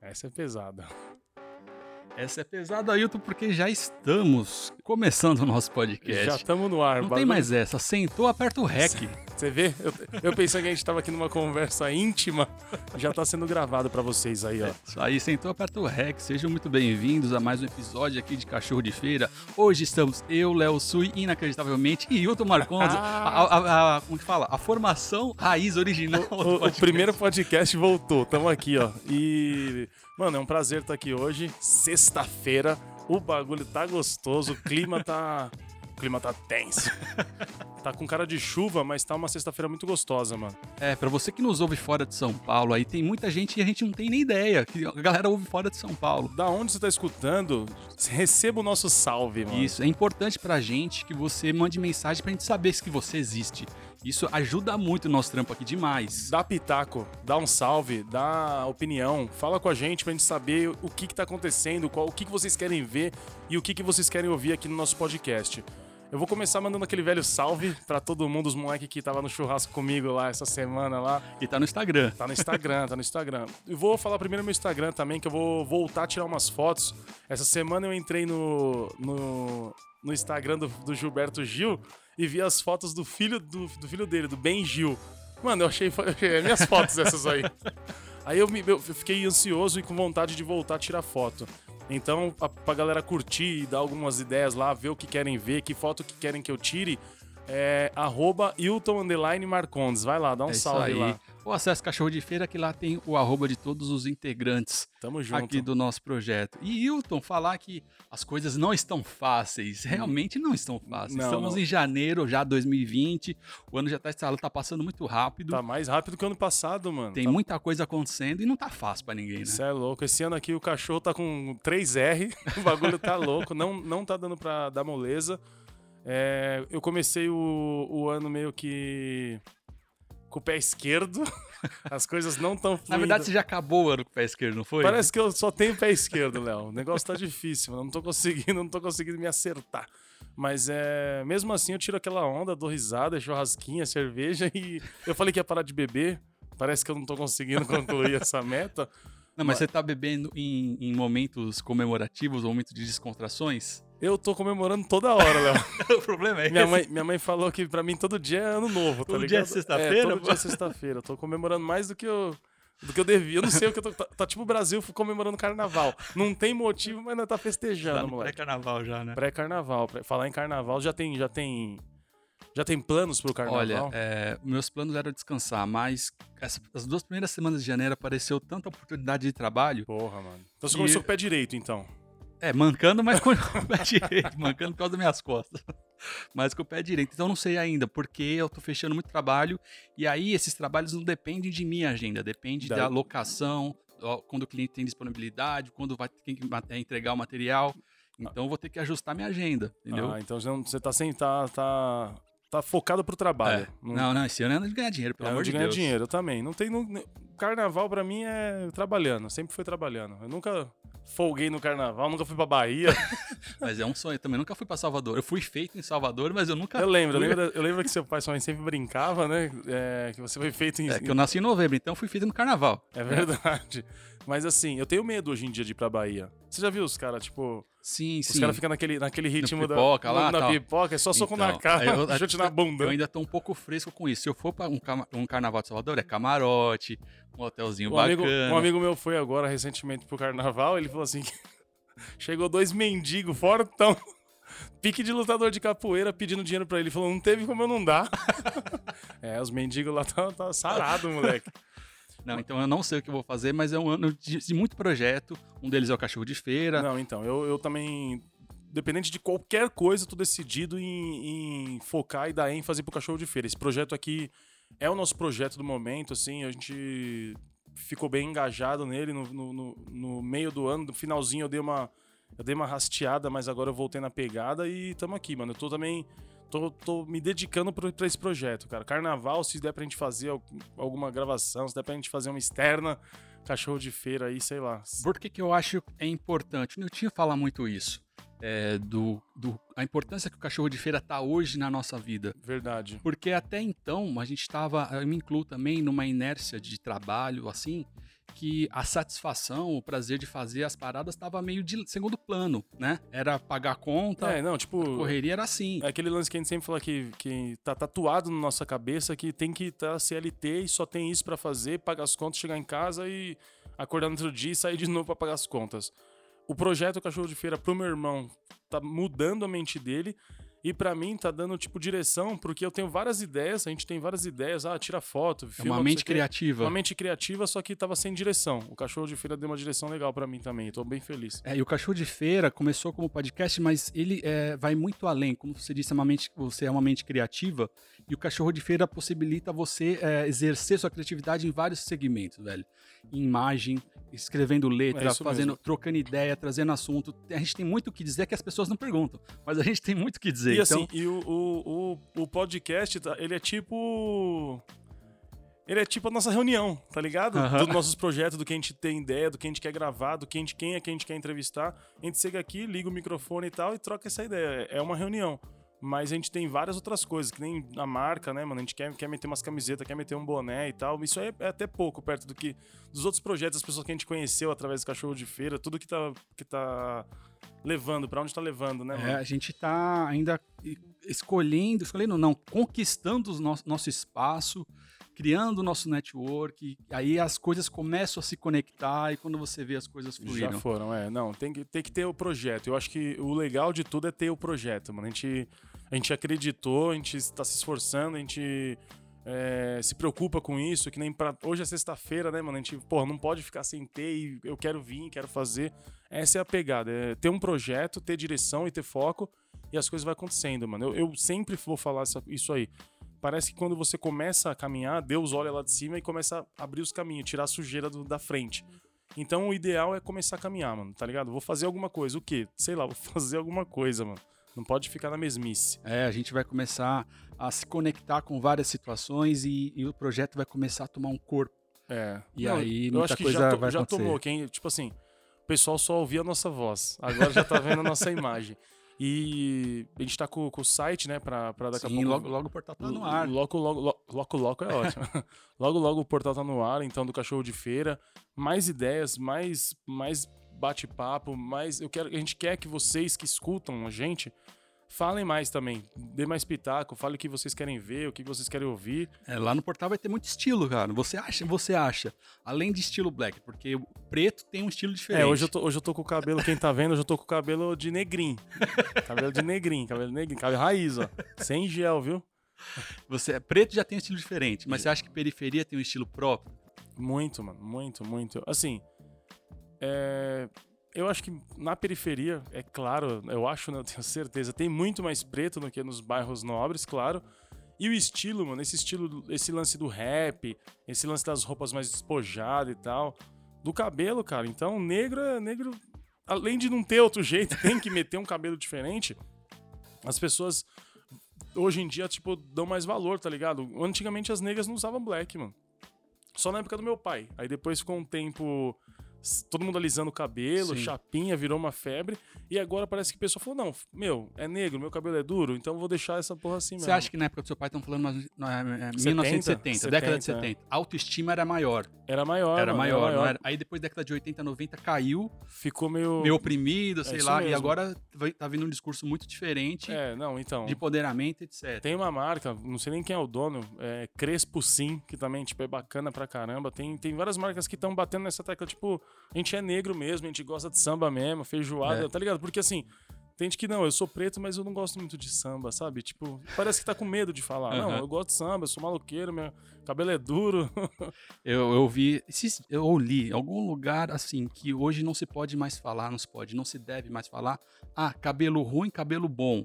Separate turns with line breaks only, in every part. essa é pesada.
Essa é pesada, Ailton, porque já estamos começando o nosso podcast.
Já tá estamos no ar.
é Não tem mais essa. Sentou, aperta o REC.
Você vê? Eu, eu pensei que a gente estava aqui numa conversa íntima. Já está sendo gravado para vocês aí, ó.
É isso aí, sentou, aperta o REC. Sejam muito bem-vindos a mais um episódio aqui de Cachorro de Feira. Hoje estamos eu, Léo Sui, inacreditavelmente, e Hilton Marcondes.
Ah!
a, a, a, como que fala? A formação raiz original. do
O, o
podcast.
primeiro podcast voltou, estamos aqui, ó. E, mano, é um prazer estar aqui hoje, sexta-feira. O bagulho tá gostoso, o clima tá. O clima tá tenso. Tá com cara de chuva, mas tá uma sexta-feira muito gostosa, mano.
É, pra você que nos ouve fora de São Paulo, aí tem muita gente e a gente não tem nem ideia. Que a galera ouve fora de São Paulo.
Da onde você tá escutando, receba o nosso salve, mano.
Isso, é importante pra gente que você mande mensagem pra gente saber que você existe. Isso ajuda muito o nosso trampo aqui demais.
Dá pitaco, dá um salve, dá opinião, fala com a gente pra gente saber o que que tá acontecendo, qual, o que que vocês querem ver e o que que vocês querem ouvir aqui no nosso podcast. Eu vou começar mandando aquele velho salve pra todo mundo, os moleques que tava no churrasco comigo lá essa semana lá.
E tá no Instagram.
Tá no Instagram, tá no Instagram. E vou falar primeiro meu Instagram também, que eu vou voltar a tirar umas fotos. Essa semana eu entrei no, no, no Instagram do, do Gilberto Gil e vi as fotos do filho, do, do filho dele, do Ben Gil. Mano, eu achei. É minhas fotos essas aí. Aí eu, me- eu fiquei ansioso e com vontade de voltar a tirar foto. Então, a, pra galera curtir e dar algumas ideias lá, ver o que querem ver, que foto que querem que eu tire, é arroba Hilton Underline Marcondes. Vai lá, dá um
É isso
salve
aí.
lá.
Ou acesse Cachorro de Feira, que lá tem o arroba de todos os integrantes
Tamo junto.
aqui do nosso projeto. E Hilton, falar que as coisas não estão fáceis. Realmente não estão fáceis.
Hum. Não,
Estamos
não.
em janeiro já, 2020. O ano já tá instalado, tá passando muito rápido.
Tá mais rápido que ano passado, mano.
Tem
tá...
muita coisa acontecendo e não tá fácil pra ninguém, né?
Isso é louco. Esse ano aqui o cachorro tá com 3R. O bagulho tá louco. Não, não tá dando pra dar moleza. É, eu comecei o, o ano meio que com o pé esquerdo. As coisas não tão fluindo.
Na verdade, você já acabou o ano com o pé esquerdo, não
é
foi?
Parece que eu só tenho pé esquerdo, Léo. O negócio tá difícil, mano. Eu Não tô conseguindo, não tô conseguindo me acertar. Mas é. Mesmo assim, eu tiro aquela onda, dou risada, é churrasquinha, cerveja e. Eu falei que ia parar de beber. Parece que eu não tô conseguindo concluir essa meta.
Não, mas você tá bebendo em, em momentos comemorativos, momentos de descontrações?
Eu tô comemorando toda hora, Léo.
o problema é
Minha mãe, minha mãe falou que pra mim todo dia é ano novo, tá
Todo
ligado?
dia é sexta-feira,
É, todo
pô.
dia é sexta-feira. Eu tô comemorando mais do que eu, do que eu devia. Eu não sei o que eu tô... Tá, tá tipo o Brasil comemorando carnaval. Não tem motivo, mas nós tá festejando, moleque.
pré-carnaval já, né?
É. Pré-carnaval. pré- Falar em carnaval, já tem, já tem... Já tem planos pro carnaval?
Olha, é, meus planos eram descansar, mas as, as duas primeiras semanas de janeiro apareceu tanta oportunidade de trabalho.
Porra, mano. Então você
E-
começou com o pé direito, então.
É, mancando, mas com o pé direito, mancando por causa das minhas costas. Mas com o pé direito. Então eu não sei ainda, porque eu tô fechando muito trabalho. E aí esses trabalhos não dependem de minha agenda, depende
Da-
da, locação, ó, quando o cliente tem disponibilidade, quando vai tem que ma- é, entregar o material. Então eu vou ter que ajustar minha agenda, entendeu?
Ah, então você não- você tá sem... Tá, tá, tá focado pro trabalho.
É. Não, não, esse ano é ano de ganhar dinheiro, pelo
é
amor
onde
de
ganha
Deus.
dinheiro, eu também. Não tem. não- ne- carnaval pra mim é trabalhando, sempre foi trabalhando. Eu nunca folguei no carnaval, nunca fui pra Bahia.
Mas é um sonho também. Eu nunca fui pra Salvador. Eu fui feito em Salvador, mas eu nunca.
eu lembro, eu
fui.
lembro, eu lembro que seu pai e sua mãe sempre brincava, né? É, que você foi feito em.
É que eu nasci em novembro, então eu fui feito no carnaval.
É verdade. Mas assim, eu tenho medo hoje em dia de ir pra Bahia. Você já viu os caras, tipo,
Sim, sim.
os caras ficam naquele, naquele ritmo
pipoca
da.
lá,
na
tal.
pipoca, é só soco na
Então,
cara,
eu- eu-
chute na bunda.
Eu ainda tô um pouco fresco com isso. Se eu for pra um, cama- um carnaval de Salvador, é camarote, um hotelzinho
Um
bacana.
amigo, um amigo meu foi agora recentemente pro carnaval, ele falou assim: que chegou dois mendigos fortão, pique de lutador de capoeira pedindo dinheiro pra ele. Ele falou: não teve como eu não dar. é, os mendigos lá tá, tá sarado, moleque.
Não, então eu não sei o que eu vou fazer, mas é um ano de, de muito projeto. Um deles é o cachorro de feira.
Não, então, eu, eu também. Dependente de qualquer coisa, eu tô decidido em, em focar e dar ênfase pro cachorro de feira. Esse projeto aqui é o nosso projeto do momento, assim, a gente ficou bem engajado nele no, no- no- no meio do ano, no finalzinho eu dei uma. Eu dei uma rasteada, mas agora eu voltei na pegada e tamo aqui, mano. Eu tô também. Tô, tô me dedicando pro- pra esse projeto, cara. Carnaval, se der pra gente fazer al- alguma gravação, se der pra gente fazer uma externa, cachorro de feira aí, sei lá.
Por que, que eu acho que é importante? O Niltinho fala muito isso. é, do, do, a importância que o cachorro de feira tá hoje na nossa vida.
Verdade.
Porque até então a gente estava, eu me incluo também, numa inércia de trabalho, assim, que a satisfação, o prazer de fazer as paradas estava meio de segundo plano, né? Era pagar a conta,
É, não, tipo.
a correria era assim.
É aquele lance que a gente sempre fala que, que tá tatuado na nossa cabeça que tem que tá estar CLT e só tem isso pra fazer, pagar as contas, chegar em casa e acordar no outro dia e sair de novo pra pagar as contas. O projeto Cachorro de Feira pro meu irmão tá mudando a mente dele e pra mim tá dando tipo direção, porque eu tenho várias ideias, a gente tem várias ideias, ah, tira foto,
É
filma, não
uma
sei
mente
o quê.
criativa.
Uma mente criativa, só que tava sem direção. O Cachorro de Feira deu uma direção legal pra mim também, eu tô bem feliz.
É, e o Cachorro de Feira começou como podcast, mas ele é, vai muito além. Como você disse, é uma mente- você é uma mente criativa, e o Cachorro de Feira possibilita você é, exercer sua criatividade em vários segmentos, velho. Em imagem, escrevendo
É
letra,
isso
fazendo, trocando ideia, trazendo assunto. A gente tem muito o que dizer que as pessoas não perguntam, mas a gente tem muito o que dizer.
E
então,
assim, e o, o, o, o podcast, tá, ele é tipo. Ele é tipo a nossa reunião, tá ligado?
Aham.
Dos nossos projetos, do que a gente tem ideia, do que a gente quer gravar, do que a gente, quem é que a gente quer entrevistar. A gente chega aqui, liga o microfone e tal e troca essa ideia. É uma reunião. Mas a gente tem várias outras coisas, que nem a marca, né, mano? A gente quer, quer meter umas camisetas, quer meter um boné e tal. Isso aí é até pouco perto do que dos outros projetos, as pessoas que a gente conheceu através do cachorro de feira, tudo que tá, que tá levando, pra onde tá levando, né, mano?
É, a gente tá ainda e- escolhendo, escolhendo não, conquistando o nosso, nosso espaço, criando o nosso network, aí as coisas começam a se conectar e quando você vê as coisas
Já
fluíram.
foram, é. Não, tem que, tem que ter o projeto. Eu acho que o legal de tudo é ter o projeto, mano. A gente, a gente acreditou, a gente está se esforçando, a gente é, se preocupa com isso, que nem pra, hoje é sexta-feira, né, mano? A gente, porra, não pode ficar sem ter e eu quero vir, quero fazer. Essa é a pegada, é ter um projeto, ter direção e ter foco e as coisas vão acontecendo, mano. Eu, eu sempre vou falar essa- isso aí. Parece que quando você começa a caminhar, Deus olha lá de cima e começa a abrir os caminhos, tirar a sujeira do- da frente. Então o ideal é começar a caminhar, mano, tá ligado? Vou fazer alguma coisa. O quê? Sei lá, vou fazer alguma coisa, mano. Não pode ficar na mesmice.
É, a gente vai começar a se conectar com várias situações e, e o projeto vai começar a tomar um corpo.
É.
E aí, muita coisa
já,
vai
já
acontecer.
tomou, quem, tipo assim, o pessoal só ouvia a nossa voz. Agora já tá vendo a nossa imagem. E a gente tá com, com o site, né, pra, pra daqui a
Sim,
pouco.
assim, logo, logo o portal tá no ar.
Loco, logo, lo- loco, loco é ótimo. logo, logo o portal tá no ar, então, do cachorro de feira. Mais ideias, mais, mais bate-papo, mais. Eu quero, a gente quer que vocês que escutam a gente falem mais também. Dê mais pitaco, fale o que vocês querem ver, o que vocês querem ouvir.
É, lá no portal vai ter muito estilo, cara. Você acha, você acha. Além de estilo black, porque o preto tem um estilo diferente.
É, hoje eu, tô, hoje eu tô com o cabelo, quem tá vendo, hoje eu tô com o cabelo de negrinho. Cabelo de negrinho, cabelo de negrinho, cabelo raiz, ó. Sem gel, viu?
Você é preto já tem um estilo diferente, mas você acha que periferia tem um estilo próprio?
Muito, mano. Muito, muito. Assim, é, eu acho que na periferia, é claro, eu acho, né, eu tenho certeza, tem muito mais preto do que nos bairros nobres, claro. E o estilo, mano, esse estilo, esse lance do rap, esse lance das roupas mais despojadas e tal, do cabelo, cara. Então, negro é negro. Além de não ter outro jeito, tem que meter um cabelo diferente. As pessoas hoje em dia, tipo, dão mais valor, tá ligado? Antigamente as negras não usavam black, mano. Só na época do meu pai. Aí depois ficou um tempo s- todo mundo alisando o cabelo,
Sim.
chapinha, virou uma febre. E agora parece que o pessoal falou: não, meu, é negro, meu cabelo é duro, então eu vou deixar essa porra assim mesmo.
Você acha que na época do seu pai estão falando mais, na- é, 1970, década de
70, é.
70. A autoestima era maior.
Era maior,
era
mano,
maior, não era? Aí depois década de 80, 90 caiu,
Ficou meio.
meio oprimido, sei
É isso
lá. E
mesmo.
agora vai- tá vindo um discurso muito diferente
É, não, então.
de empoderamento, etc.
Tem uma marca, não sei nem quem é o dono, é Crespo Sim, que também tipo, é bacana pra caramba. Tem, tem várias marcas que estão batendo nessa tecla, tipo, a gente é negro mesmo, a gente gosta de samba mesmo, feijoada,
É.
tá ligado? Porque assim, tem gente que não, eu sou preto, mas eu não gosto muito de samba, sabe? Tipo, parece que tá com medo de falar. Não,
Aham.
eu gosto de samba, eu sou maloqueiro, meu cabelo é duro.
Eu, eu vi, esses- eu li em algum lugar assim que hoje não se pode mais falar, não se pode, não se deve mais falar. Ah, cabelo ruim, cabelo bom.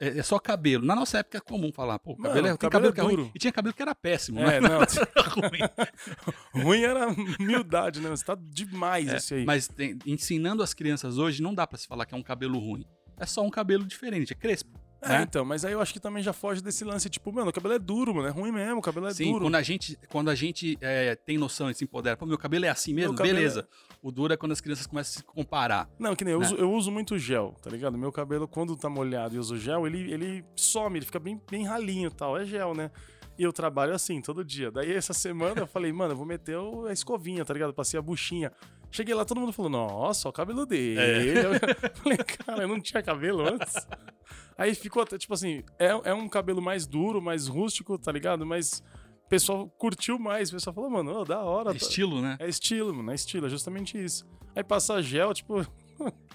É, é só cabelo. Na nossa época é comum falar, pô,
Mano,
cabelo, é, tem
cabelo é
cabelo, que é ruim.
duro.
E tinha cabelo que era péssimo, né?
é, não,
ruim.
ruim era humildade, né? Você tá demais
É.
isso aí.
Mas tem- ensinando as crianças hoje, não dá pra se falar que é um cabelo ruim. É só um cabelo diferente, é crespo.
É,
né?
então, mas aí eu acho que também já foge desse lance, tipo, mano, o cabelo é duro, mano, é ruim mesmo, o cabelo é
Sim,
duro.
quando a gente, quando a gente é, tem noção e se empodera, pô, meu cabelo é assim mesmo,
Meu cabelo
beleza. O duro é quando as crianças começam a se comparar.
Não, que nem eu,
Né?
uso, eu uso muito gel, tá ligado? Meu cabelo, quando tá molhado e uso gel, ele, ele some, ele fica bem, bem ralinho e tal. É gel, né? E eu trabalho assim, todo dia. Daí essa semana eu falei, mano, eu vou meter o- a escovinha, tá ligado? Passei a buchinha. Cheguei lá, todo mundo falou, nossa, olha o cabelo dele. Eu falei, cara, eu não tinha cabelo antes. Aí ficou, até, tipo assim, é, é um cabelo mais duro, mais rústico, tá ligado? Mas o pessoal curtiu mais. O pessoal falou, mano, ô, da hora.
É
tá-
Estilo, né?
É estilo, mano, é estilo, é justamente isso. Aí passar gel, tipo,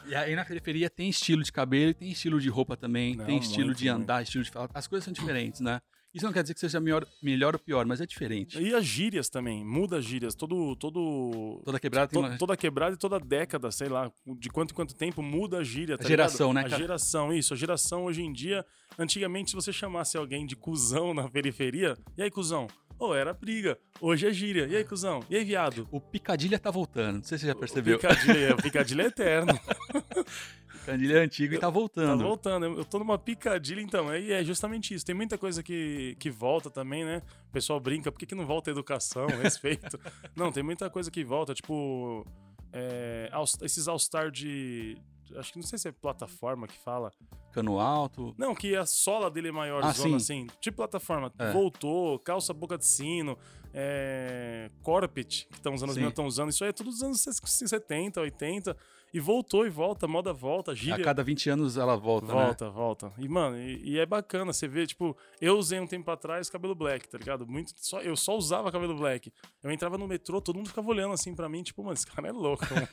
E aí na periferia tem estilo de cabelo e tem estilo de roupa também,
Não,
tem estilo
muito,
de andar, estilo de falar. As coisas são diferentes, né? Isso não quer dizer que seja melhor, melhor ou pior, mas é diferente.
E as gírias também, muda as gírias. Todo. todo...
Toda quebrada tem
to-
uma...
Toda quebrada e toda década, sei lá, de quanto em quanto tempo muda a gíria. Tá
A geração,
ligado?
né,
A
cara?
geração, isso. A geração hoje em dia. Antigamente, se você chamasse alguém de cuzão na periferia, e aí, cuzão? Ou era briga. Hoje é gíria. E aí, cuzão? E aí, viado?
O picadilha tá voltando, não sei se você já percebeu.
O picadilho, o picadilho é eterno.
Picadilha é antigo e tá
Tá
voltando.
voltando. Eu eu tô numa picadilha, então. É, e é justamente isso. Tem muita coisa que, que volta também, né? O pessoal brinca, por que, que não volta a educação, respeito? não, tem muita coisa que volta, tipo. é, all- esses All-Star de. Acho que não sei se é plataforma que fala.
Cano alto.
Não, que a sola dele é maior,
Ah,
zona, assim. Tipo plataforma.
É.
Voltou, calça boca de sino, é, corpet, que estão usando, os
Sim.
meninos estão usando. Isso aí é tudo dos anos 70, 80. E voltou e volta, moda volta,
A
gíria
cada 20 anos ela volta, né?
Volta, volta. E, mano, e, e é bacana você ver, tipo, eu usei um tempo atrás cabelo black, tá ligado? Muito, só, eu só usava cabelo black. Eu entrava no metrô, todo mundo ficava olhando assim pra mim, tipo, mano, esse cara é louco, mano.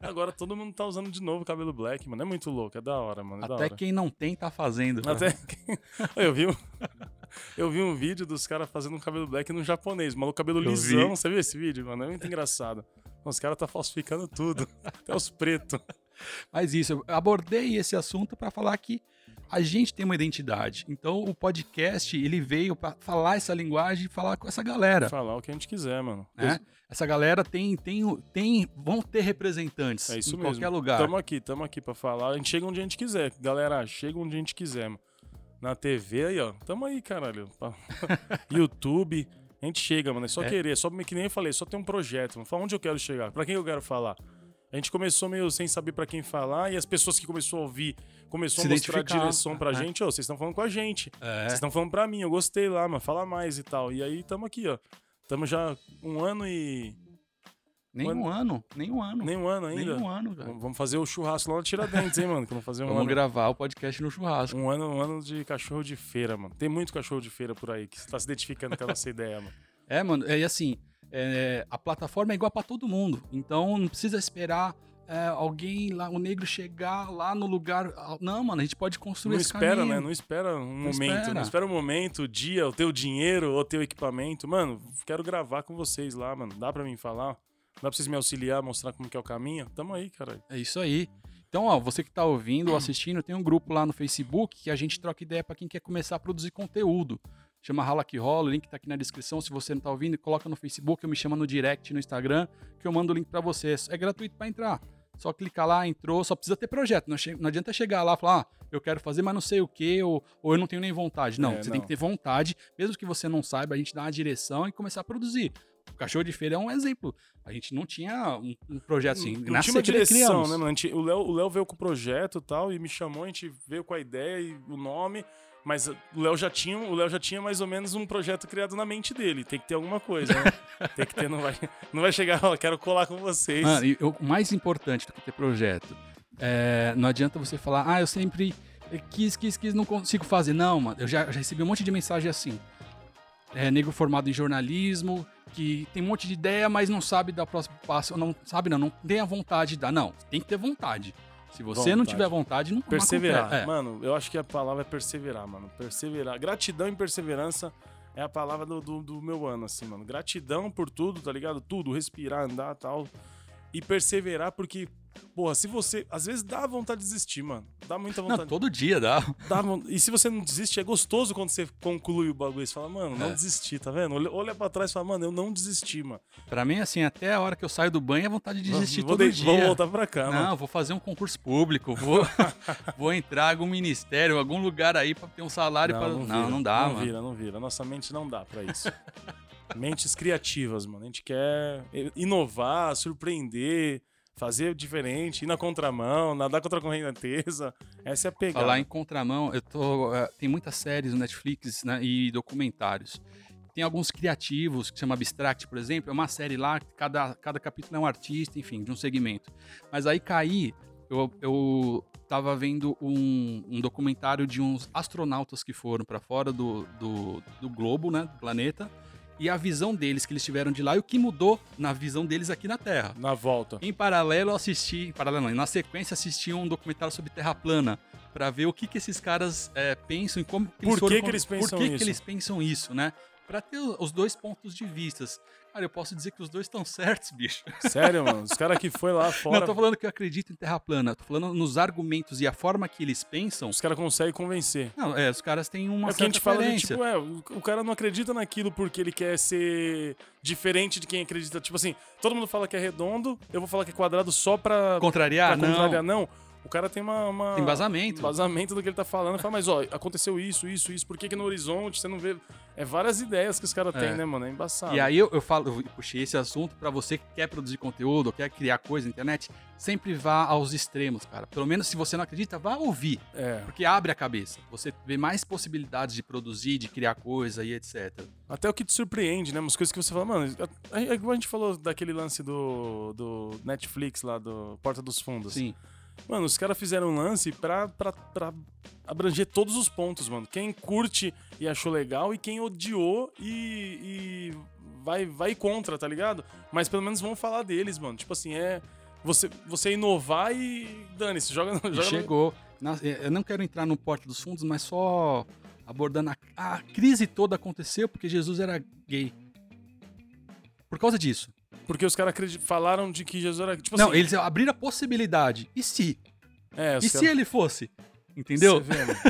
Agora todo mundo tá usando de novo cabelo black, mano. É muito louco, é da hora, mano. É da
Até
hora.
quem não tem tá fazendo. né?
Até que... eu vi um... Eu vi um vídeo dos caras fazendo um cabelo black no japonês, maluco cabelo
Eu vi.
lisão. Você viu esse vídeo, mano? É muito engraçado. Os caras tá falsificando tudo. Até os pretos.
Mas isso, eu abordei esse assunto para falar que a gente tem uma identidade. Então o podcast, ele veio para falar essa linguagem e falar com essa galera.
Falar o que a gente quiser, mano.
né? Essa galera tem, tem, tem, vão ter representantes
É isso
em
mesmo.
qualquer lugar.
Tamo aqui, tamo aqui pra falar. A gente chega onde a gente quiser. Galera, chega onde a gente quiser, mano. Na TV aí, ó. Tamo aí, caralho. Pa- YouTube. A gente chega, mano. É só
É.
querer. É só que nem eu falei, é só ter um projeto. Mano. Fala onde eu quero chegar. Pra quem eu quero falar. A gente começou meio sem saber pra quem falar e as pessoas que começou a ouvir começou
Se
a mostrar a
identificar,
direção pra
né?
gente. Ô, vocês estão falando com a gente.
É.
Vocês estão falando pra mim, eu gostei lá, mano. Fala mais e tal. E aí, tamo aqui, ó. Tamo já um ano e.
Nem um ano, nem um ano.
Nem um ano
Nem
ainda.
um ano, cara.
V- Vamos fazer o churrasco lá no Tiradentes, hein, mano? Que vamos fazer um
Vamos
ano.
gravar o podcast no churrasco.
Um ano, um ano de cachorro de feira, mano. Tem muito cachorro de feira por aí que tá se identificando com a nossa ideia, mano.
É, mano, é e assim, é, a plataforma é igual pra todo mundo. Então não precisa esperar é, alguém lá, o negro chegar lá no lugar. ah, Não, mano, a gente pode construir
Não
esse
espera,
caminho.
né? Não espera um momento.
espera.
Não espera o momento, o dia, o teu dinheiro, o teu equipamento. Mano, quero gravar com vocês lá, mano. Dá pra mim falar? Dá pra vocês me auxiliar, mostrar como que é o caminho? Tamo aí, cara.
É isso aí. Então, ó, você que tá ouvindo ou assistindo, tem um grupo lá no Facebook que a gente troca ideia para quem quer começar a produzir conteúdo. Chama Rala que Rola, o link tá aqui na descrição. Se você não tá ouvindo, coloca no Facebook, eu me chama no direct, no Instagram, que eu mando o link para vocês. É gratuito para entrar. Só clicar lá, entrou, só precisa ter projeto. Não, che- não adianta chegar lá e falar, ah, eu quero fazer, mas não sei o que, ou, ou eu não tenho nem vontade. Não,
É,
você tem
não.
que ter vontade, mesmo que você não saiba, a gente dá uma direção e começar a produzir. O cachorro de feira é um exemplo. A gente não tinha um, um projeto assim.
não
na
tinha uma
sequência
direção,
criamos.
né, mano? A gente- o, Léo, o Léo veio com o projeto e tal, e me chamou, a gente veio com a ideia e o nome. Mas uh, o Léo já tinha, o Léo já tinha mais ou menos um projeto criado na mente dele. Tem que ter alguma coisa, né? Tem que ter, não vai, não vai chegar, ó, quero colar com vocês.
Mano, Ah, e o mais importante do que ter projeto, é, não adianta você falar, ah, eu sempre quis, quis, quis, não consigo fazer. Não, mano, eu já, já recebi um monte de mensagem assim. É, negro formado em jornalismo, que tem um monte de ideia, mas não sabe dar o próximo passo. Não sabe, não, não tem a vontade de dar. Não, tem que ter vontade. Se você não
Vontade.
tiver vontade, não não
perseverar.
acontece. É.
Mano, eu acho que a palavra é perseverar, mano. Perseverar. Gratidão e perseverança é a palavra do, do, do meu ano, assim, mano. Gratidão por tudo, tá ligado? Tudo, respirar, andar tal. E perseverar, porque, porra, se você. Às vezes dá vontade de desistir, mano. Dá muita vontade.
Não, todo dia dá.
Dá von- e se você não desiste, é gostoso quando você conclui o bagulho. Você fala, mano, não
É.
desisti, tá vendo? Olha, olha pra trás e fala, mano, eu não desisti, mano.
Pra mim, assim, até a hora que eu saio do banho, é vontade de desistir
vou,
todo
de-
dia.
vou voltar pra cá, mano.
Não, vou fazer um concurso público, vou, vou entrar em algum ministério, algum lugar aí pra ter um salário. pra... não,
vira,
não dá,
não
mano.
vira, não vira. Nossa mente não dá pra isso. Mentes criativas, mano. A gente quer inovar, surpreender, fazer diferente, ir na contramão, nadar contra a correnteza. Essa é a pegada.
Falar em contramão, eu tô. eh, tem muitas séries no Netflix né, e né, documentários. Tem alguns criativos, que chama Abstract, por exemplo. É uma série lá, que cada, cada capítulo é um artista, enfim, de um segmento. Mas aí caí, eu, eu tava vendo um, um documentário de uns astronautas que foram para fora do, do, do globo, né? Do planeta. E a visão deles que eles tiveram de lá e o que mudou na visão deles aqui na Terra.
Na volta.
Em paralelo, eu assisti. Em paralelo, não, na sequência, assisti um documentário sobre Terra plana. Pra ver o que, que esses caras é, pensam e como.
Por que
foram-
que eles pensam
Por que,
isso?
que eles pensam isso, né? Pra ter o- os dois pontos de vista. Cara, eu posso dizer que os dois estão certos, bicho.
Sério, mano. Os caras que foi lá fora.
Não, eu tô falando que eu acredito em Terra plana. eu Tô falando nos argumentos e a forma que eles pensam.
Os caras conseguem convencer.
Não, é, os caras têm uma
é porque a
certa
gente fala de,
coerência.
tipo, é, o- o cara não acredita naquilo porque ele quer ser diferente de quem acredita. Tipo assim, todo mundo fala que é redondo, eu vou falar que é quadrado só pra,
Contrariar?
pra contrariar.
Não.
Não. O cara tem uma. uma
Tem embasamento.
Vazamento do que ele tá falando. Fala, mas ó, aconteceu isso, isso, isso. Por que, que no horizonte você não vê. É várias ideias que os caras têm,
É.
né, mano? É embaçado.
E aí eu, eu falo, eu puxei esse assunto pra você que quer produzir conteúdo, quer criar coisa na internet, sempre vá aos extremos, cara. Pelo menos se você não acredita, vá ouvir,
É.
porque abre a cabeça. Você vê mais possibilidades de produzir, de criar coisa e etc.
Até o que te surpreende, né? Umas coisas que você fala, mano. a- É igual a gente falou daquele lance do, do Netflix lá, do Porta dos Fundos.
Sim.
Mano, os caras fizeram um lance pra, pra, pra abranger todos os pontos, mano. Quem curte e achou legal e quem odiou e, e vai, vai contra, tá ligado? Mas pelo menos vão falar deles, mano. Tipo assim, é. Você, você inovar e. Dane-se, joga, no-
E
joga no-
chegou. Na- eh, eu não quero entrar no Porta dos Fundos, mas só abordando a, a crise toda aconteceu porque Jesus era gay. Por causa disso.
Porque os caras acredi- falaram de que Jesus era. Tipo
não,
assim.
eles abriram a possibilidade. E se?
É, os
E
cara-
se ele fosse? Entendeu?
Você vê, mano.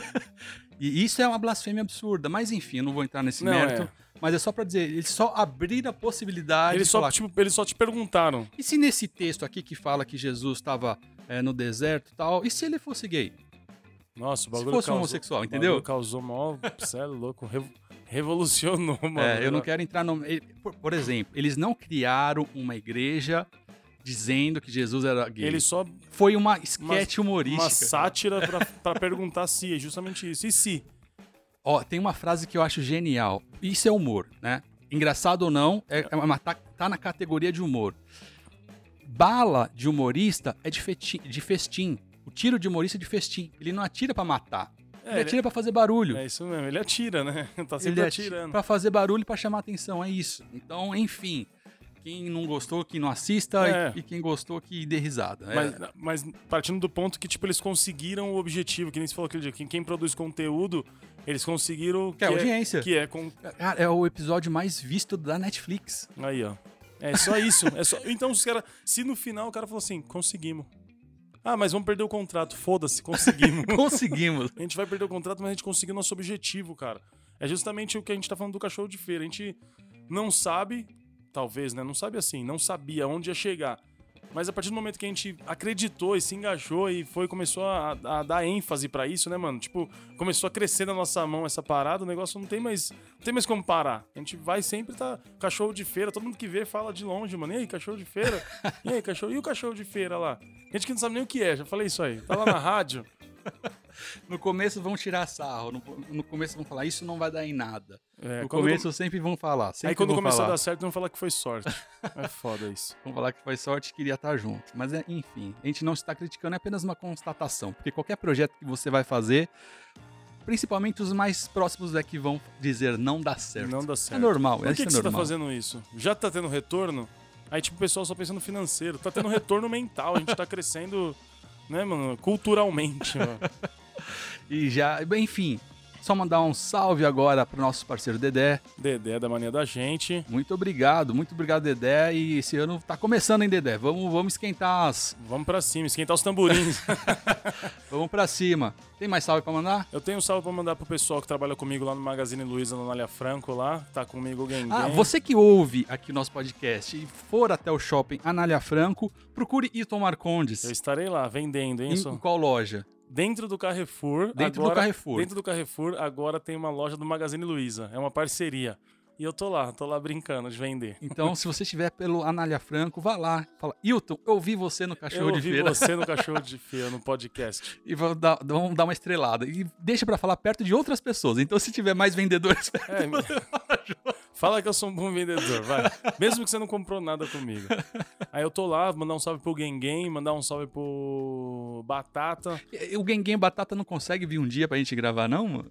E isso é uma blasfêmia absurda, mas enfim, eu não vou entrar nesse
Não,
mérito.
é.
Mas é só pra dizer, eles só abriram a possibilidade
Eles
de
só,
falar.
tipo, eles só te perguntaram.
E se nesse texto aqui que fala que Jesus estava no deserto e tal, e se ele fosse gay?
Nossa, o
Se
bagulho
fosse
causou,
homossexual,
o
entendeu?
bagulho causou mó. Você é louco. revo- revolucionou, mano.
É, eu não quero entrar no. ele- Por, por exemplo, eles não criaram uma igreja dizendo que Jesus era gay.
Ele só
Foi uma esquete
uma
humorística.
sátira pra, pra perguntar se, é justamente isso. E se?
Ó, tem uma frase que eu acho genial. Isso é humor, né? Engraçado ou não, é, é uma, tá, tá na categoria de humor. Bala de humorista é de, feti- de festim. O tiro de humorista é de festim. Ele não atira pra matar.
É,
ele
ele-
atira pra fazer barulho.
É isso mesmo, ele atira, né? Tá sempre
ele
atirando.
Pra fazer barulho e pra chamar atenção, é isso. Então, enfim. Quem não gostou, que não assista.
É.
E, e quem gostou, que dê risada. É.
Mas, mas partindo do ponto que, tipo, eles conseguiram o objetivo, que nem você falou aquele dia, que quem produz conteúdo, eles conseguiram...
Que é audiência.
que é com...
Cara, é o episódio mais visto da Netflix.
Aí, ó. É só isso. é só... Então, os cara, se no final o cara falou assim, conseguimos. Ah, mas vamos perder o contrato. Foda-se, conseguimos.
Conseguimos.
A gente vai perder o contrato, mas a gente conseguiu nosso objetivo, cara. É justamente o que a gente tá falando do cachorro de feira. A gente não sabe, talvez, né? Não sabe assim, não sabia onde ia chegar. Mas a partir do momento que a gente acreditou e se engajou e foi, começou a, a dar ênfase pra isso, né, mano? Tipo, começou a crescer na nossa mão essa parada, o negócio não tem mais, não tem mais como parar. A gente vai sempre tá cachorro de feira, todo mundo que vê fala de longe, mano. E aí, cachorro de feira? E aí, cachorro? E o cachorro de feira lá? Gente que não sabe nem o que é, já falei isso aí. Tá lá na rádio.
No começo vão tirar sarro. No, no começo vão falar, isso não vai dar em nada.
É,
no
quando
começo sempre vão falar. Sempre
Aí quando
vão
começou
falar.
a dar certo, não falar que foi sorte. É foda isso.
Vamos falar que foi sorte e queria estar junto. Mas, é, enfim, a gente não está criticando, é apenas uma constatação. Porque qualquer projeto que você vai fazer, principalmente os mais próximos é que vão dizer não dá certo.
Não dá certo.
É normal,
Por que,
isso
que
é
você tá
normal.
fazendo isso? Já tá tendo retorno? Aí, tipo, o pessoal só pensa no financeiro. Tá tendo retorno mental. A gente tá crescendo, né, mano, culturalmente. Mano.
E já, bem, enfim, só mandar um salve agora pro nosso parceiro Dedé.
Dedé é da mania da gente.
Muito obrigado, muito obrigado, Dedé. E esse ano tá começando, hein, Dedé? Vamos, vamos esquentar as.
Vamos pra cima, esquentar os tamborins.
Vamos pra cima. Tem mais salve pra mandar?
Eu tenho um salve pra mandar pro pessoal que trabalha comigo lá no Magazine Luiza, no Anália Franco lá. Tá comigo alguém.
Ah, você que ouve aqui o nosso podcast e for até o shopping Anália Franco, procure Hilton Marcondes.
Eu estarei lá vendendo, hein?
Em,
só-
em qual loja?
Dentro do Carrefour.
Dentro do
agora-
Carrefour.
Dentro do Carrefour, agora tem uma loja do Magazine Luiza. É uma parceria. E eu tô lá, tô lá brincando de vender.
Então, se você estiver pelo Anália Franco, vá lá. Fala, Hilton, eu ouvi você no
Eu
cachorro de
ouvi
feira.
você no cachorro de feira, no podcast.
E vamos dar, vamos dar uma estrelada. E deixa pra falar perto de outras pessoas. Então, se tiver mais vendedores perto,
É, Fala que eu sou um bom vendedor, vai. Mesmo que você não comprou nada comigo. Aí eu tô lá, mandar um salve pro Gengen, mandar um salve pro Batata.
o Genguém Batata não consegue vir um dia pra gente gravar, não?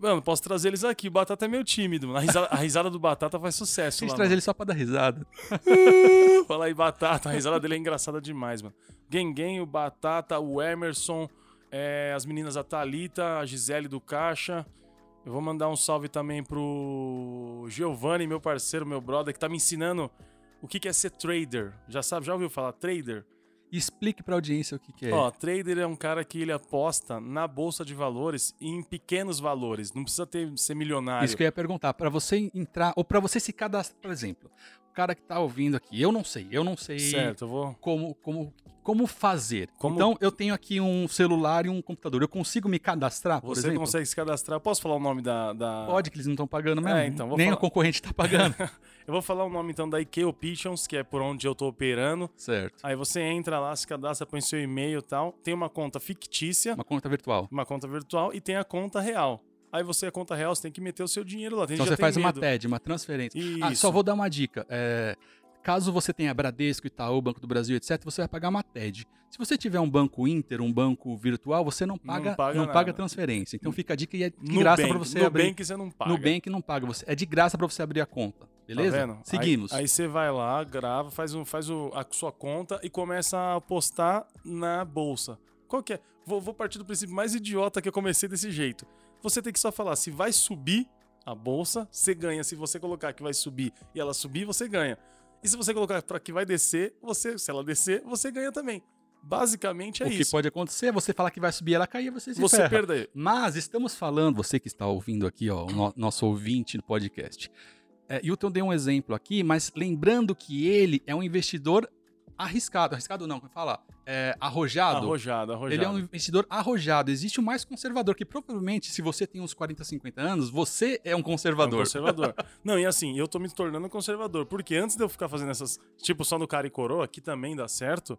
Mano, posso trazer eles aqui. O Batata é meio tímido. mano. A risada, a risada do Batata faz
A
sucesso
gente
lá.
traz ele só pra dar risada.
mano. Fala aí, Batata. A risada dele é engraçada demais, mano. Gengen, o Batata, o Emerson, é, as meninas, a Thalita, a Gisele do Caixa. Eu vou mandar um salve também pro Giovanni, meu parceiro, meu brother, que tá me ensinando o que que é ser trader. Já sabe, já ouviu falar trader?
E explique pra audiência o que, que é.
Ó, trader é um cara que ele aposta na bolsa de valores e em pequenos valores. Não precisa ter, ser milionário.
Isso que eu ia perguntar. Pra você entrar, ou pra você se cadastrar, por exemplo. O cara que tá ouvindo aqui, eu não sei, eu não sei
Certo, eu vou.
como, como, como fazer.
Como-
Então, eu tenho aqui um celular e um computador. Eu consigo me cadastrar, por
Você
exemplo?
consegue se cadastrar? Posso falar o nome da. da-
Pode, que eles não estão pagando mesmo.
É, então, vou
Nem
falar.
o concorrente tá pagando.
Eu vou falar o nome então da IKEA Pitchons, que é por onde eu tô operando.
certo.
Aí você entra lá, se cadastra, põe seu e-mail e tal. Tem uma conta fictícia,
Uma conta virtual.
uma conta virtual e tem a conta real. Aí você, a conta real, você tem que meter o seu dinheiro lá. Tem
Então
gente
você
que já
faz
tem
uma
medo.
TED, uma transferência. Ah, só
Isso.
vou dar uma dica. É, caso você tenha Bradesco, Itaú, Banco do Brasil, etc., você vai pagar uma TED. Se você tiver um banco Inter, um banco virtual, você não paga, não
paga
paga,
nada.
transferência. Então fica a dica e é de
Nubank.
graça para você abrir.
Nubank você não paga.
No Bank não paga. Você, é de graça para você abrir a conta. Beleza?
Tá vendo? Aí-
Seguimos.
Aí, você vai lá, grava, faz, um, faz o- a sua conta e começa a apostar na bolsa. Qual que é? Vou, vou partir do princípio mais idiota que eu comecei desse jeito. Você tem que só falar se vai subir a bolsa, você ganha. Se você colocar que vai subir e ela subir, você ganha. E se você colocar para que vai descer, você, se ela descer, você ganha também. Basicamente é
o que
isso.
pode acontecer é você falar que vai subir, ela cair, você se
Você
ferra.
perdeu.
Mas estamos falando, você que está ouvindo aqui, ó, o no- nosso ouvinte do podcast. É, Hilton deu um exemplo aqui, mas lembrando que ele é um investidor arriscado. Arriscado não, como falar? É, arrojado.
Arrojado, arrojado.
Ele é um investidor arrojado. Existe o mais conservador, que provavelmente, se você tem uns 40, 50 anos, você é um
É um
conservador.
conservador. Não, e assim, eu tô me tornando conservador, porque antes de eu ficar fazendo essas, tipo, só no cara e coroa, que também dá certo,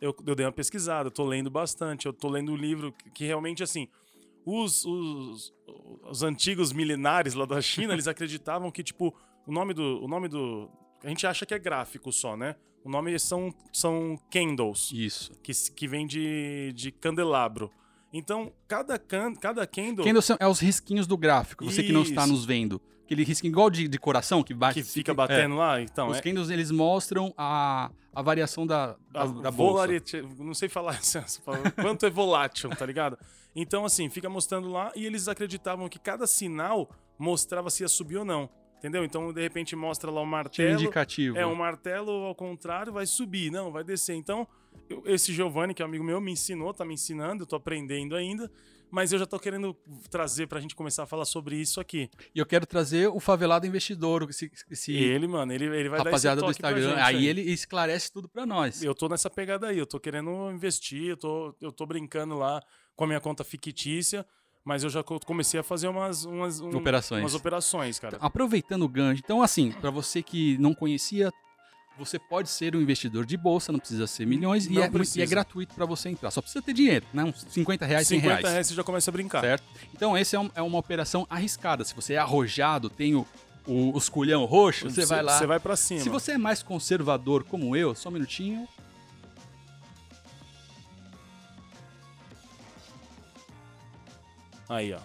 eu, eu dei uma pesquisada, eu tô lendo bastante, eu tô lendo um livro que, que realmente, assim, os, os, os antigos milenares lá da China, eles acreditavam que, tipo, o nome do... O nome do a gente acha que é gráfico só, né? O nome são, são candles
Isso.
que, s- que vem de, de candelabro. Então, cada, can, cada candle...
Quem são, é os risquinhos do gráfico, você que não está
Isso.
nos vendo. Aquele risquinho igual de, de coração que
que
bate.
fica
é.
batendo lá, então.
os
é-
candles, eles mostram a, a variação da, da,
A
da bolsa.
volarit- Não sei falar essa essa palavra. quanto é volátil, tá ligado? Então, assim, fica mostrando lá e eles acreditavam que cada sinal mostrava se ia subir ou não. Entendeu? Então, de repente, mostra lá o
Tinha um
martelo.
indicativo.
É, o martelo ao contrário vai subir, não, vai descer. Então, eu- esse Giovanni, que é um amigo meu, me ensinou, tá me ensinando, eu tô aprendendo ainda. Mas eu já tô querendo trazer pra gente começar a falar sobre isso aqui.
E eu quero trazer o favelado investidor, esse,
E
esse
ele, mano, ele, ele vai
rapaziada
dar
do
esse toque pra
Instagram.
gente
Aí, ele esclarece tudo pra nós.
Eu tô nessa pegada aí, eu tô querendo investir, eu tô, eu tô brincando lá com a minha conta fictícia, mas eu já co- comecei a fazer umas, umas, um-
Operações.
umas operações, cara.
Aproveitando o gancho, então assim, pra você que não conhecia, você pode ser um investidor de bolsa, não precisa ser milhões, e
Não
é, muito- e é
precisa.
gratuito pra você entrar. Só precisa ter dinheiro, né? Uns 50 reais, 100
50
reais.
reais você já começa a brincar.
Certo? Então, essa é, um- é uma operação arriscada. Se você é arrojado, tem o, o, os culhão roxo, você vai lá.
Você vai pra cima.
Se você é mais conservador como eu, só um minutinho.
Aí, ó.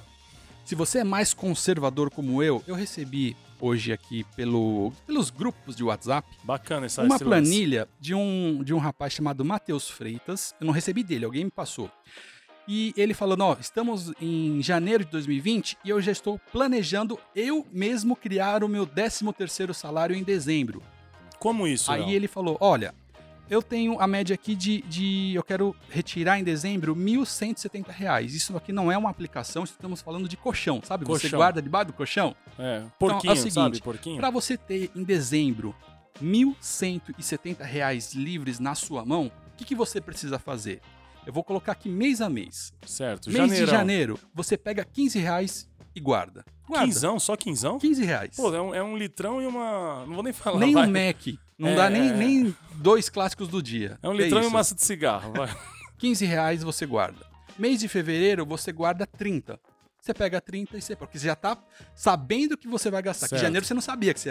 Se você é mais conservador como eu, eu recebi hoje aqui pelo, pelos grupos de WhatsApp
Bacana essa
uma
esse lance.
planilha de um, de um rapaz chamado Matheus Freitas. Eu não recebi dele, alguém me passou. E ele falando, ó, estamos em janeiro de 2020 e eu já estou planejando eu mesmo criar o meu 13 terceiro salário em dezembro.
Como isso?
Aí
Léo?
ele falou, olha, eu tenho a média aqui de, de eu quero retirar em dezembro R$ 1.170 reais. Isso aqui não é uma aplicação, estamos falando de colchão, sabe? Você
Colchão.
guarda debaixo do colchão.
É, porquinho,
é o seguinte,
sabe? Porquinho?
Para você ter em dezembro R$ 1.170 reais livres na sua mão, o que, que você precisa fazer? Eu vou colocar aqui mês a mês.
Certo.
mês de
janeirão.
janeiro, você pega R$ 15 reais e e guarda. Guarda.
Quinzão, só quinzão?
15 reais.
Pô, é um, é um litrão e uma. Não vou nem falar.
nem
vai.
um Mac. Não
É.
dá nem, nem dois clássicos do dia.
É um litrão e
isso.
uma massa de cigarro. vai.
15 reais você guarda. Mês de fevereiro você guarda 30. Você pega 30 e você. Porque você já tá sabendo que você vai gastar. Que
Certo.
janeiro você não sabia que você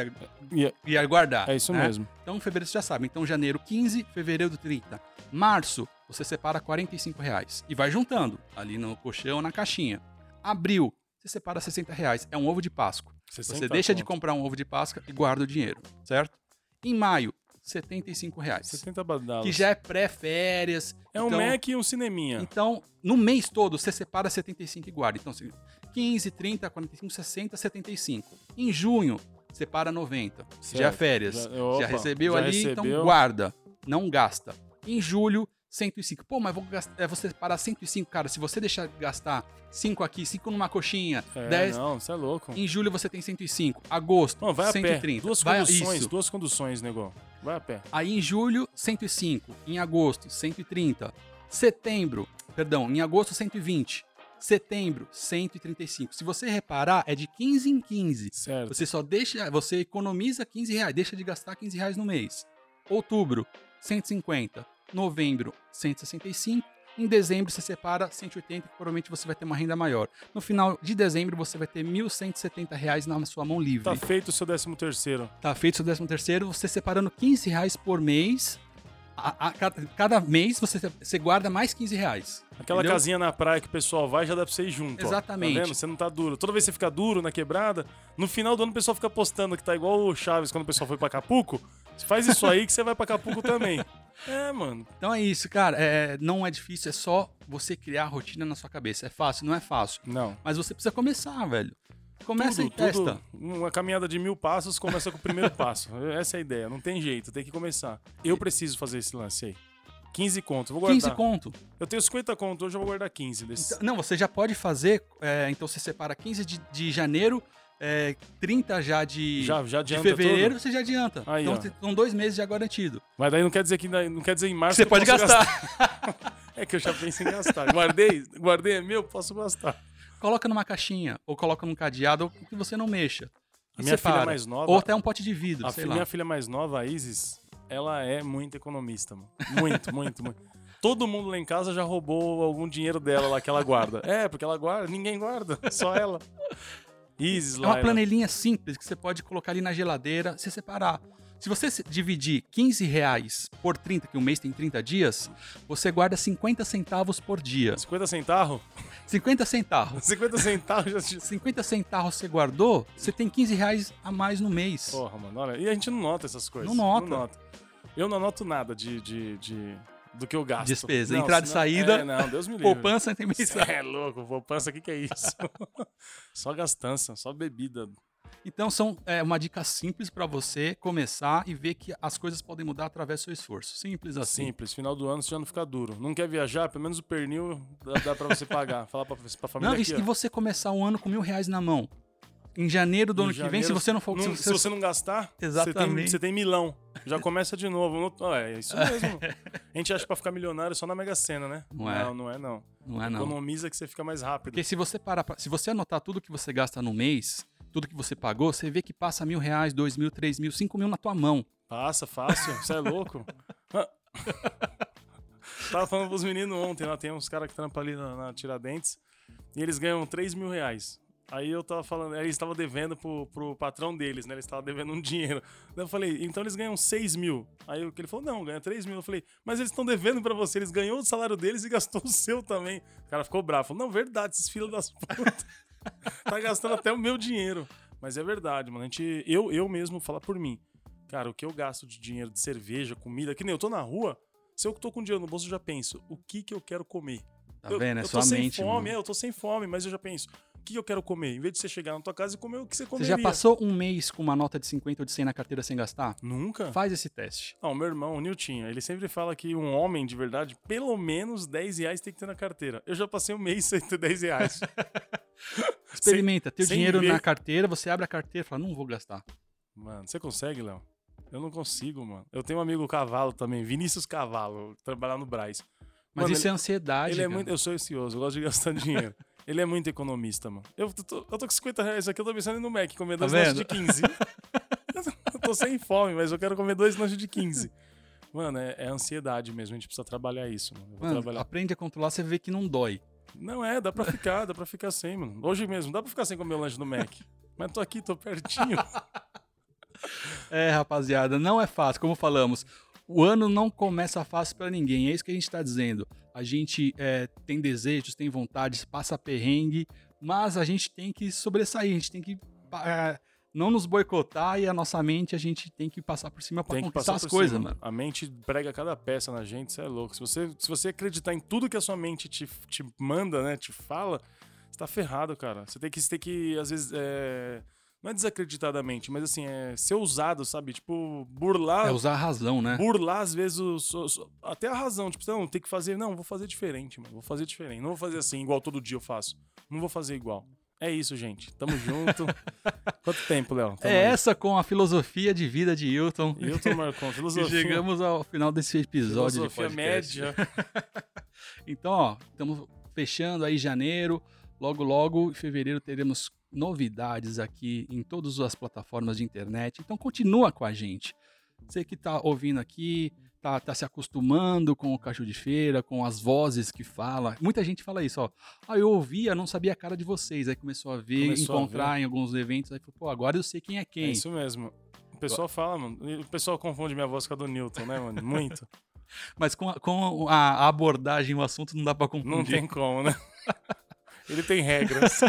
ia,
E é-
ia guardar.
É isso
né?
mesmo.
Então fevereiro você já sabe. Então janeiro 15, fevereiro 30. Março você separa 45 reais. E vai juntando. Ali no colchão, na caixinha. Abril você separa 60 reais. É um ovo de Páscoa. Você
60
deixa de
conto.
comprar um ovo de Páscoa e guarda o dinheiro, certo? Em maio, 75 reais.
70 badalas.
Que já é pré-férias.
É um
então,
Mac e um cineminha.
Então, no mês todo, você separa 75 e guarda. Então, assim, 15, 30, 45, 60, 75. Em junho, separa 90.
Certo.
Já é férias.
Já-
Já,
opa,
recebeu
já
ali,
recebeu.
então guarda. Não gasta. Em julho, 105. Pô, mas vou gastar, é, você separar 105, cara. Se você deixar de gastar 5 aqui, 5 numa coxinha,
É,
10,
Não, você é louco.
em julho você tem 105. Agosto,
Não, vai a
130.
pé. Duas
Vai-
conduções,
isso.
duas conduções, negão. Vai a pé.
Aí em julho, 105. Em agosto, 130. Setembro, perdão, em agosto, 120. Setembro, 135. Se você reparar, é de 15 em 15.
Certo.
Você só deixa, você economiza 15 reais, deixa de gastar 15 reais no mês. Outubro, 150. Novembro, 165. Em dezembro, você separa 180, que provavelmente você vai ter uma renda maior. No final de dezembro, você vai ter 1.170 reais na sua mão livre.
Tá feito o seu 13 terceiro.
Tá feito seu 13 terceiro, você separando 15 reais por mês. A, a- cada, cada mês você, você guarda mais 15 reais.
Aquela
entendeu?
casinha na praia que o pessoal vai, já dá pra você ir junto. ó.
Exatamente.
Tá vendo? Você não tá duro. Toda vez que você fica duro na quebrada, no final do ano o pessoal fica postando que tá igual o Chaves quando o pessoal foi pra Acapulco. Você faz isso aí que você vai pra Acapulco também. É, mano.
Então é isso, cara. É, não é difícil, é só você criar a rotina na sua cabeça. É fácil, não é fácil.
Não.
Mas você precisa começar, velho. Começa e
tudo,
testa.
tudo. Uma caminhada de mil passos começa com o primeiro passo. Essa é a ideia. Não tem jeito, tem que começar. Eu preciso fazer esse lance aí. 15 conto, vou guardar.
15 conto.
Eu tenho 50 conto, hoje eu vou guardar 15 desses.
Então- não, você já pode fazer. é, então você separa 15 de, de janeiro, é, 30 já de,
já, já
de
adianta
fevereiro,
tudo?
você já adianta.
Aí,
então
ó.
você- são dois meses já garantido.
Mas daí não quer dizer que não quer dizer em março
Você
que eu
pode
posso
gastar.
É que eu já penso em gastar. Guardei, guardei é meu, posso gastar.
coloca numa caixinha, ou coloca num cadeado, ou que você não mexa.
A
E
minha
separa.
filha é mais nova,
Ou até um pote de vidro,
a
sei
fi-
lá.
minha filha mais nova, a Isis, ela é muito economista, mano. Muito, muito, muito. Todo mundo lá em casa já roubou algum dinheiro dela lá que ela guarda. É, porque ela guarda, ninguém guarda, só ela. Isis
É
lá.
uma
ela-
planilhinha simples que você pode colocar ali na geladeira, se separar. Se você se- dividir 15 reais por 30, que um mês tem 30 dias, você guarda 50 centavos por dia.
50 centavos?
50 centavos.
50 centavos já te...
50 centavos você guardou, você tem 15 reais a mais no mês.
Porra, mano, olha. E a gente não nota essas coisas.
Não nota.
Eu não anoto nada de, de, de- do que eu gasto.
Despesa,
Não,
entrada e
senão-
saída,
É, não, Deus me livre.
Poupança tem
Isso
mensagem.
é louco, poupança, o que, que é isso? só gastança, só bebida.
Então, são é, uma dica simples para você começar e ver que as coisas podem mudar através do seu esforço. Simples assim.
Simples, final do ano você já não fica duro. Não quer viajar? Pelo menos o pernil dá, dá pra você pagar. Falar pra, pra família
Não,
aqui,
e,
ó.
se você começar o ano com mil reais na mão. Em janeiro do
Em
ano que vem, se
janeiro,
você não for.
não-
se
se
você-
você não gastar, Você, tem,
Exatamente.
você tem milão. Já começa de novo. Não- ó, é isso mesmo. A gente acha que pra ficar milionário é só na Mega Sena, né?
Não é.
Não, não é não.
Não é, não.
Economiza que você fica mais rápido.
Porque se você parar. pra- Se você anotar tudo que você gasta no mês, tudo que você pagou, você vê que passa mil reais, dois mil, três mil, cinco mil na tua mão.
Passa, fácil. Você é louco? Ah. Tava falando pros meninos ontem, lá tem uns caras que trampam ali na, na Tiradentes e eles ganham 3 mil reais. Aí eu tava falando, aí eles estavam devendo pro, pro patrão deles, né? Eles estavam devendo um dinheiro. Daí eu falei, então eles ganham 6 mil. Aí o que ele falou, não, ganha 3 mil. Eu falei, mas eles estão devendo pra você, eles ganhou o salário deles e gastou o seu também. O cara ficou bravo, falou, não, verdade, esses filhos das putas. tá gastando até o meu dinheiro. Mas é verdade, mano. A gente, eu, eu mesmo, falar por mim. Cara, o que eu gasto de dinheiro de cerveja, comida, que nem eu tô na rua, se eu tô com dinheiro no bolso, eu já penso, o que que eu quero comer?
Tá
eu,
vendo? É
eu
sua
tô sem
mente.
fome,
mano.
é, eu tô sem fome, mas eu já penso, o que que eu quero comer? Em vez de você chegar na tua casa e comer o que você
Você
comeria.
já passou um mês com uma nota de 50 ou de 100 na carteira sem gastar?
Nunca?
Faz esse teste.
Não, meu irmão, o Niltinho, ele sempre fala que um homem de verdade, pelo menos 10 reais tem que ter na carteira. Eu já passei um mês sem ter 10 reais.
Experimenta. Teu
sem
dinheiro
ver.
na carteira, você abre a carteira e fala: não vou gastar.
Mano, você consegue, Léo? Eu não consigo, mano. Eu tenho um amigo cavalo também, Vinícius Cavalo, trabalhar no Braz.
Mas
Mano,
isso é ansiedade.
Ele é
cara.
muito, eu sou ansioso, eu gosto de gastar dinheiro. Ele é muito economista, mano. Eu tô, eu tô com 50 reais aqui, eu tô pensando em ir no Mac, comer
Tá
dois lanches
vendo?
de 15. eu tô sem fome, mas eu quero comer dois lanches de 15. Mano, é, é ansiedade mesmo, a gente precisa trabalhar isso, mano. Eu vou
Mano,
trabalhar.
aprende a controlar, você vê que não dói.
Não é, dá pra ficar, dá pra ficar sem, mano. Hoje mesmo, dá pra ficar sem comer o lanche no Mac. Mas tô aqui, tô pertinho.
É, rapaziada, não é fácil, como falamos. O ano não começa fácil pra ninguém, é isso que a gente tá dizendo. A gente é, tem desejos, tem vontades, passa perrengue, mas a gente tem que sobressair, a gente tem que é, não nos boicotar e a nossa mente a gente tem que passar por cima pra
Tem que
conquistar
passar
as
por
coisas,
cima.
mano.
A mente prega cada peça na gente, você é louco. Se você, se você acreditar em tudo que a sua mente te, te manda, né, te fala, você tá ferrado, cara. Você tem que, você tem que às vezes, é, não é desacreditadamente, mas assim, é ser ousado, sabe? Tipo, burlar,
É usar a razão, né?
burlar às vezes o, so- so- até a razão. Tipo, não, tem que fazer, não, vou fazer diferente, mano. Vou fazer diferente. Não vou fazer assim, igual todo dia eu faço. Não vou fazer igual. É isso, gente. Tamo junto. Quanto tempo, Léo? Tamo
É
aí.
essa com a filosofia de vida de Hilton.
Eu tô marcando
E
filosofia.
chegamos ao final desse episódio de
filosofia
podcast.
média.
Então, ó, estamos fechando aí janeiro. Logo, logo, em fevereiro, teremos novidades aqui em todas as plataformas de internet. Então, continua com a gente. Você que está ouvindo aqui, tá, tá se acostumando com o cachorro de feira, com as vozes que fala. Muita gente fala isso, ó. Ah, eu ouvia, não sabia a cara de vocês. Aí começou a ver,
Começou a
encontrar em alguns eventos. Aí falou, pô, agora eu sei quem é
É
quem.
isso mesmo. O pessoal fala, mano. e O pessoal confunde minha voz com a do Newton, né, mano? Muito.
Mas com a, com a abordagem, o assunto, não dá pra confundir.
Não tem como, né? Ele tem regras.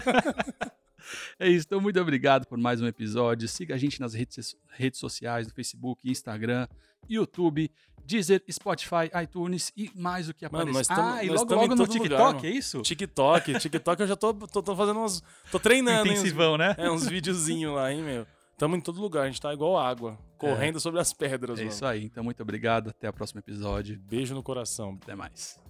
É isso, então muito obrigado por mais um episódio. Siga a gente nas redes, redes sociais, no Facebook, Instagram, YouTube, Deezer, Spotify, iTunes e mais o que
Mano,
aparece.
nós tamo-
ah, e
nós
logo
tamo em
logo no
todo lugar,
TikTok,
mano.
é isso?
TikTok, TikTok eu já tô, tô, tô fazendo umas. Tô treinando, hein? Uns,
Intensivão, né?
é, uns videozinhos lá, hein, meu? Tamo em todo lugar, a gente tá igual água, correndo sobre as pedras,
É
mano.
isso aí, então muito obrigado, até o próximo episódio,
Beijo no coração.
até mais.